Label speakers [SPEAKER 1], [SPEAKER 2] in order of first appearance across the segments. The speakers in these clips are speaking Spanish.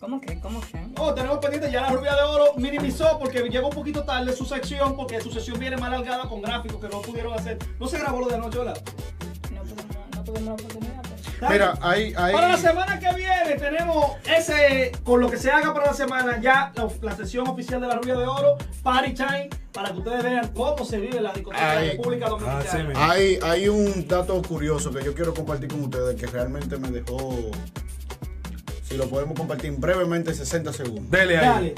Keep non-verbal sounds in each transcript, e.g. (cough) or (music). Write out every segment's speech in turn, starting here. [SPEAKER 1] ¿Cómo que? ¿Cómo que?
[SPEAKER 2] Oh, tenemos pendiente, ya la rubia de oro minimizó porque llegó un poquito tarde su sección, porque su sección viene más alargada con gráficos que no pudieron hacer. No se grabó lo de anoche, ¿verdad?
[SPEAKER 1] No tuvimos, no tuvimos la oportunidad. pues. pero-
[SPEAKER 2] Dale.
[SPEAKER 3] Mira, hay, hay,
[SPEAKER 2] Para la semana que viene tenemos ese, con lo que se haga para la semana, ya la, la sesión oficial de la Rubia de Oro, Party Time, para que ustedes vean cómo se vive la discoteca de
[SPEAKER 3] Ay.
[SPEAKER 2] la República
[SPEAKER 4] Ah, sí,
[SPEAKER 2] Dominicana.
[SPEAKER 4] me-
[SPEAKER 3] hay, hay un dato curioso que yo quiero compartir con ustedes que realmente me dejó, si lo podemos compartir brevemente, 60 segundos.
[SPEAKER 4] Dele
[SPEAKER 2] Dale,
[SPEAKER 4] ahí.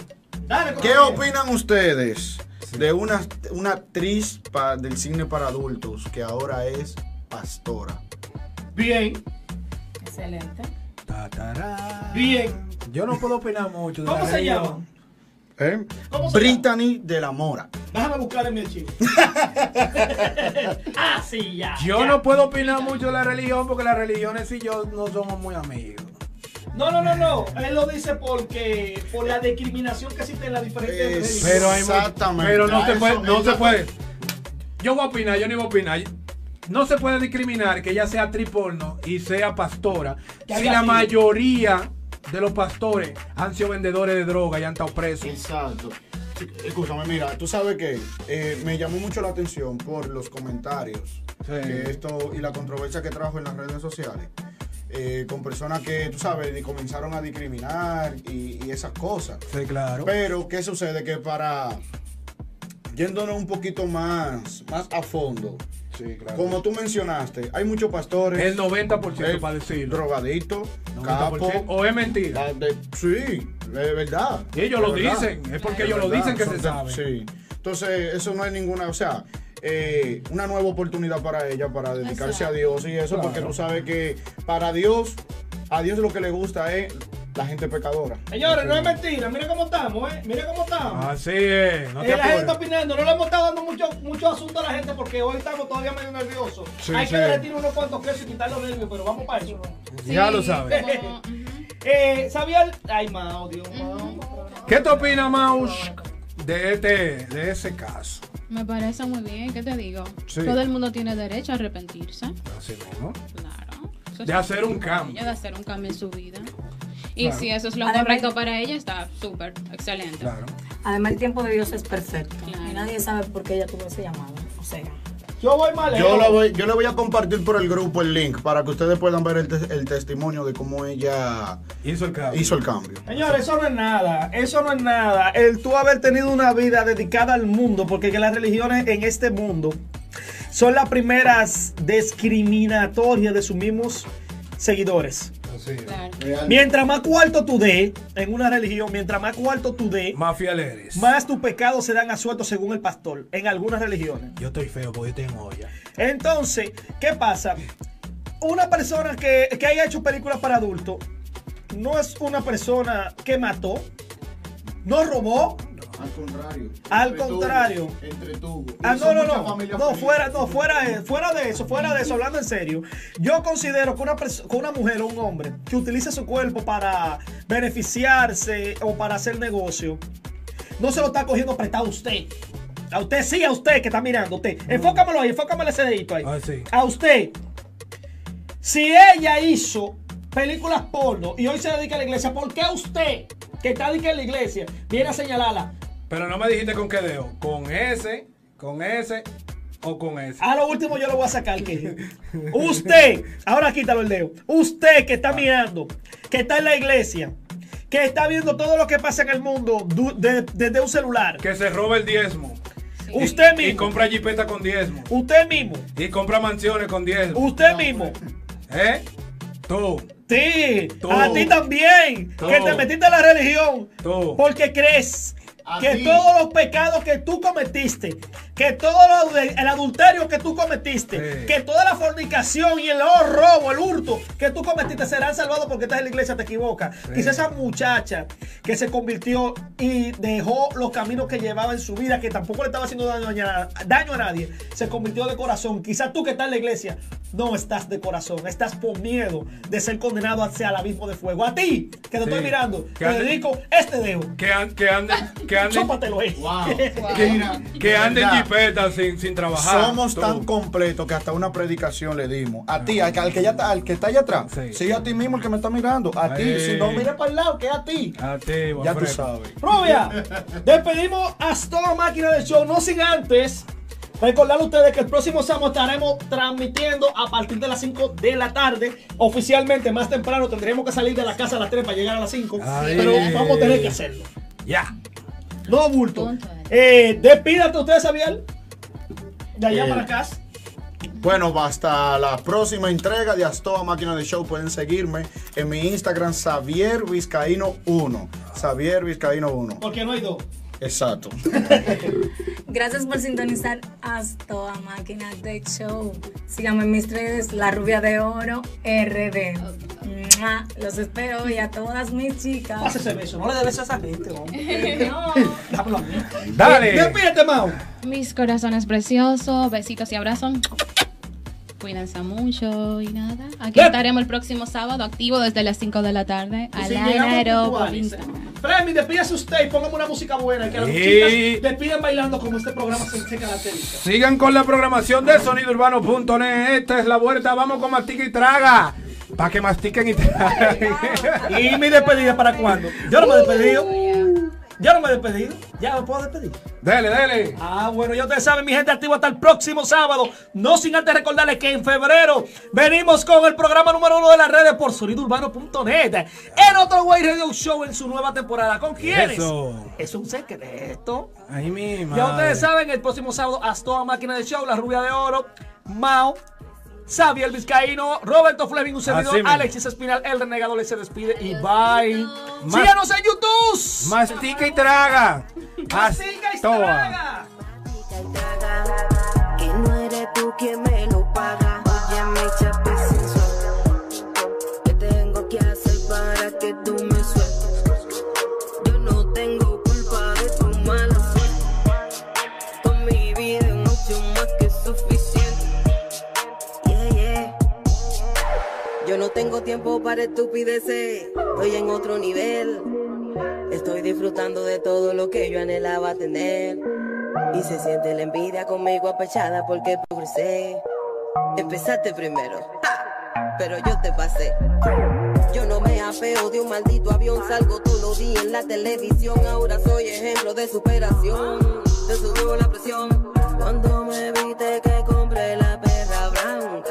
[SPEAKER 2] dale.
[SPEAKER 3] ¿Qué
[SPEAKER 2] compañero.
[SPEAKER 3] opinan ustedes de una, una actriz pa- del cine para adultos que ahora es pastora?
[SPEAKER 2] Bien,
[SPEAKER 1] Excelente.
[SPEAKER 4] Tatará.
[SPEAKER 2] bien.
[SPEAKER 4] Yo no puedo opinar mucho. de
[SPEAKER 2] ¿Cómo
[SPEAKER 4] la
[SPEAKER 2] se
[SPEAKER 4] región.
[SPEAKER 2] llama?
[SPEAKER 3] ¿Eh?
[SPEAKER 2] ¿Cómo se
[SPEAKER 3] Brittany de la Mora.
[SPEAKER 2] Déjame buscar en mi archivo. ah, sí, ya.
[SPEAKER 4] Yo
[SPEAKER 2] ya.
[SPEAKER 4] no puedo opinar mucho de la religión porque las religiones y yo no somos muy amigos.
[SPEAKER 2] No, no, no, no. Él lo dice porque por la discriminación que existe en las diferentes
[SPEAKER 3] Es-
[SPEAKER 2] religiones.
[SPEAKER 4] Pero hay mucho-
[SPEAKER 3] Exactamente.
[SPEAKER 4] Pero no
[SPEAKER 3] A
[SPEAKER 4] se
[SPEAKER 3] eso-
[SPEAKER 4] puede, no
[SPEAKER 3] eso-
[SPEAKER 4] se puede. Yo voy a opinar, yo ni voy a opinar. No se puede discriminar que ella sea triporno y sea pastora.
[SPEAKER 2] Que
[SPEAKER 4] Si
[SPEAKER 2] haya
[SPEAKER 4] la
[SPEAKER 2] sido.
[SPEAKER 4] mayoría de los pastores han sido vendedores de droga y han estado presos.
[SPEAKER 3] Exacto. Sí, Escúchame, mira, tú sabes que eh, me llamó mucho la atención por los comentarios
[SPEAKER 4] Sí.
[SPEAKER 3] que esto y la controversia que trajo en las redes sociales eh, con personas que, tú sabes, comenzaron a discriminar y, y esas cosas.
[SPEAKER 4] Sí, claro.
[SPEAKER 3] Pero, ¿qué sucede? Que para, yéndonos un poquito más, más a fondo,
[SPEAKER 4] Sí, claro.
[SPEAKER 3] como tú mencionaste, hay muchos pastores...
[SPEAKER 4] El 90%
[SPEAKER 3] eh,
[SPEAKER 4] para decirlo.
[SPEAKER 3] Drogadictos,
[SPEAKER 4] 90%.
[SPEAKER 3] capos...
[SPEAKER 4] O es mentira.
[SPEAKER 3] la de- Sí, de verdad.
[SPEAKER 4] Y ellos
[SPEAKER 3] de
[SPEAKER 4] lo
[SPEAKER 3] verdad.
[SPEAKER 4] dicen, es porque
[SPEAKER 3] De
[SPEAKER 4] ellos lo
[SPEAKER 3] verdad,
[SPEAKER 4] dicen que
[SPEAKER 3] son-
[SPEAKER 4] se sabe.
[SPEAKER 3] Sí. Entonces, eso no es ninguna, o sea, eh, una nueva oportunidad para ella para dedicarse a Dios y eso, porque
[SPEAKER 4] Claro.
[SPEAKER 3] tú sabes que para Dios, a Dios lo que le gusta es la gente pecadora.
[SPEAKER 2] Señores, no es mentira. Mira cómo estamos, ¿eh? Mira cómo estamos.
[SPEAKER 4] Así es. Ah, No
[SPEAKER 2] Eh,
[SPEAKER 4] te
[SPEAKER 2] la gente está
[SPEAKER 4] apures.
[SPEAKER 2] opinando, no le hemos estado dando mucho, mucho asunto a la gente porque hoy estamos todavía medio nerviosos.
[SPEAKER 4] Sí,
[SPEAKER 2] Hay
[SPEAKER 4] sí.
[SPEAKER 2] que derretir unos cuantos quesos y quitar los nervios, pero vamos para eso.
[SPEAKER 4] Ya lo
[SPEAKER 2] Eh,
[SPEAKER 4] sabes.
[SPEAKER 2] eh, eh, ¿Sabía el- Ay, Mao, Dios, Mao.
[SPEAKER 4] ¿Qué te opina, Maus, de, este, de ese caso?
[SPEAKER 5] Me parece muy bien, ¿qué te digo?
[SPEAKER 4] Sí.
[SPEAKER 5] Todo el mundo tiene derecho a arrepentirse,
[SPEAKER 4] Así mismo.
[SPEAKER 5] claro. Eso
[SPEAKER 4] De
[SPEAKER 5] está
[SPEAKER 4] hacer
[SPEAKER 5] bien
[SPEAKER 4] un
[SPEAKER 5] para
[SPEAKER 4] cambio.
[SPEAKER 5] ella, De hacer un cambio en su vida. Y
[SPEAKER 4] Claro.
[SPEAKER 5] si eso es lo
[SPEAKER 6] Además-
[SPEAKER 5] correcto para ella, está súper, excelente.
[SPEAKER 4] Claro.
[SPEAKER 6] Además, el tiempo de Dios es perfecto.
[SPEAKER 5] Claro.
[SPEAKER 6] Y nadie sabe por qué ella tuvo ese llamado. O sea,
[SPEAKER 2] Yo voy mal. eh.
[SPEAKER 3] Yo, lo voy, yo le voy a compartir por el grupo el link para que ustedes puedan ver el, te- el testimonio de cómo ella
[SPEAKER 4] Hizo el cambio.
[SPEAKER 3] hizo el cambio.
[SPEAKER 2] Señores, eso no es nada, eso no es nada. El tú haber tenido una vida dedicada al mundo, porque que las religiones en este mundo son las primeras discriminatorias de sus mismos seguidores.
[SPEAKER 4] Así es.
[SPEAKER 5] Claro.
[SPEAKER 2] Mientras más cuarto tú dé en una religión, mientras más cuarto tú dé,
[SPEAKER 4] Mafia Leres.
[SPEAKER 2] más tus pecados serán asueltos según el pastor en algunas religiones.
[SPEAKER 4] Yo estoy feo porque yo tengo olla.
[SPEAKER 2] Entonces, ¿qué pasa? Una persona que, que haya hecho películas para adultos no es una persona que mató, no robó.
[SPEAKER 3] Al contrario.
[SPEAKER 2] Al Entre contrario. tubo,
[SPEAKER 3] Entre tú.
[SPEAKER 2] Ah, no, no, no. No, fuera, no, fuera, de- fuera de eso, fuera de eso, hablando en serio. Yo considero que una, perso- que una mujer o un hombre que utiliza su cuerpo para beneficiarse o para hacer negocio, no se lo está cogiendo prestado a usted. A usted sí, a usted que está mirando, usted. Enfócamelo ahí, enfócamelo ese dedito ahí.
[SPEAKER 4] Mm. Ah, sí.
[SPEAKER 2] A usted. Si ella hizo películas porno y hoy se dedica a la iglesia, ¿por qué usted, que está dedicado a la iglesia, viene a señalarla?
[SPEAKER 4] Pero no me dijiste con qué dedo. Con ese, con ese o con ese.
[SPEAKER 2] A lo último yo lo voy a sacar, que Usted, ahora quítalo el dedo. Usted que está mirando, que está en la iglesia, que está viendo todo lo que pasa en el mundo du- de- desde un celular.
[SPEAKER 4] Que se robe el diezmo. Y-
[SPEAKER 2] Usted
[SPEAKER 4] Y
[SPEAKER 2] mismo,
[SPEAKER 4] compra jipeta con diezmo.
[SPEAKER 2] usted mismo,
[SPEAKER 4] Y compra mansiones con diezmo.
[SPEAKER 2] usted mismo.
[SPEAKER 4] ¿Eh? Tú.
[SPEAKER 2] Sí,
[SPEAKER 4] Tú.
[SPEAKER 2] a ti también,
[SPEAKER 4] Tú.
[SPEAKER 2] que te metiste en la religión,
[SPEAKER 4] Tú.
[SPEAKER 2] porque crees
[SPEAKER 3] A
[SPEAKER 2] que
[SPEAKER 3] ti.
[SPEAKER 2] todos los pecados que tú cometiste, que todo lo de- el adulterio que tú cometiste,
[SPEAKER 4] Sí.
[SPEAKER 2] que toda la fornicación y el oh, robo, el hurto que tú cometiste serán salvados porque estás en la iglesia, te equivocas. Quizás esa muchacha que se convirtió y dejó los caminos que llevaba en su vida, que tampoco le estaba haciendo daño a, na- daño a nadie, se convirtió de corazón. Quizás tú que estás en la iglesia no estás de corazón, estás por miedo de ser condenado hacia el abismo de fuego. A ti, que te
[SPEAKER 4] Sí.
[SPEAKER 2] estoy mirando, te
[SPEAKER 4] Que ande-
[SPEAKER 2] dedico este dedo.
[SPEAKER 4] Que, an- que anden, que anden,
[SPEAKER 2] Chúpatelo, eh.
[SPEAKER 3] Wow.
[SPEAKER 5] Wow.
[SPEAKER 4] que, que anden respetan sin, sin trabajar.
[SPEAKER 3] Somos
[SPEAKER 4] Tú.
[SPEAKER 3] tan completos que hasta una predicación le dimos. A ti, al, que- al que ya está, al que está allá atrás.
[SPEAKER 4] Sí.
[SPEAKER 3] Sí. a ti mismo el que me está mirando. A ti.
[SPEAKER 4] Ey.
[SPEAKER 3] Si no mires para el lado, que es a ti.
[SPEAKER 4] A ti, buen
[SPEAKER 3] ya tú
[SPEAKER 4] fresco.
[SPEAKER 3] sabes.
[SPEAKER 2] Rubia, despedimos a toda máquina del show, no sin antes recordar a ustedes que el próximo sábado estaremos transmitiendo a partir de las 5 de la tarde. Oficialmente, más temprano tendremos que salir de la casa a las 3 para llegar a las 5,
[SPEAKER 4] Ay.
[SPEAKER 2] pero vamos a tener que hacerlo.
[SPEAKER 4] Ya.
[SPEAKER 2] No, bulto.
[SPEAKER 5] Punto.
[SPEAKER 2] Eh, despídate ustedes, Abiel. De allá
[SPEAKER 3] Eh.
[SPEAKER 2] para acá.
[SPEAKER 3] Bueno, hasta la próxima entrega de Astoa Máquina de Show. Pueden seguirme en mi Instagram, Xavier Vizcaíno 1. Xavier Vizcaíno 1.
[SPEAKER 2] Porque no hay dos.
[SPEAKER 3] Exacto.
[SPEAKER 6] Gracias por sintonizar Hasta a Máquina de Show. Síganme en mis redes, La Rubia de Oro, RD. Mua, Los espero y a todas mis chicas.
[SPEAKER 2] (laughs) Pásese beso. No le debes a esa gente, hombre.
[SPEAKER 6] No.
[SPEAKER 2] Dámelo a mí.
[SPEAKER 4] Dale.
[SPEAKER 2] Despídete, Mau.
[SPEAKER 5] Mis corazones preciosos, besitos y abrazos. Cuídense mucho y nada. Aquí
[SPEAKER 2] Bien.
[SPEAKER 5] estaremos el próximo sábado, activo desde las 5 de la tarde.
[SPEAKER 2] Y
[SPEAKER 5] Al
[SPEAKER 2] si
[SPEAKER 5] aire
[SPEAKER 2] llegamos
[SPEAKER 5] aeropuerto,
[SPEAKER 2] puntuales, eh.
[SPEAKER 5] Instagram.
[SPEAKER 2] Flemmy, despídase usted y póngame una música buena. Que las
[SPEAKER 4] Sí.
[SPEAKER 2] chicas despidan bailando como este programa se, se caracteriza.
[SPEAKER 4] Sigan con la programación de sonidourbano.net. Esta es la vuelta. Vamos con mastica y traga. Para que mastiquen y traguen. (laughs)
[SPEAKER 2] ¿Y mi despedida para cuándo? Yo no me he despedido. Yo no me he despedido. Ya me puedo despedir.
[SPEAKER 4] dele, dele.
[SPEAKER 2] Ah, bueno, ya ustedes saben, mi gente activa hasta el próximo sábado. No sin antes recordarles que en febrero venimos con el programa número uno de las redes por sonidourbano.net. En otro Way Radio Show en su nueva temporada. ¿Con quiénes?
[SPEAKER 4] Eso.
[SPEAKER 2] Es un secreto.
[SPEAKER 4] Ahí mismo.
[SPEAKER 2] Ya ustedes saben, el próximo sábado, Astoa Máquina de Show, La Rubia de Oro, Mao, Xavier Vizcaíno, Roberto Fleming, un servidor,
[SPEAKER 4] mismo.
[SPEAKER 2] Alexis Espinal, El Renegado, le se despide y bye. Síganos en YouTube.
[SPEAKER 4] Mastica y traga.
[SPEAKER 2] Mastica y
[SPEAKER 4] Astoa.
[SPEAKER 2] traga.
[SPEAKER 7] Mastica y traga, que no eres tú quien me lo paga. Óyeme, chape sensual. ¿Qué tengo que hacer para que tú me sueltes? Yo no tengo culpa de tu mala suerte. Con mi vida es mucho más que suficiente. Yeah, yeah. Yo no tengo tiempo para estupideces. Estoy en otro nivel. Estoy disfrutando de todo lo que yo anhelaba tener. Y se siente la envidia conmigo apechada porque progresé. Empezaste primero, ¡ja! pero yo te pasé. Yo no me apeo de un maldito avión, salgo todos los días en la televisión. Ahora soy ejemplo de superación. Te subió la presión. Cuando me viste que compré la perra blanca,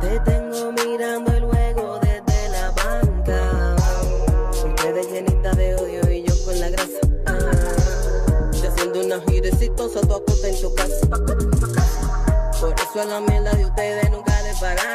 [SPEAKER 7] te tengo mirando el juego desde la banca. Ustedes llenita de odio y yo con la grasa. Ah, yo haciendo una gira exitosa, tú acostas en tu casa. Por eso a la mía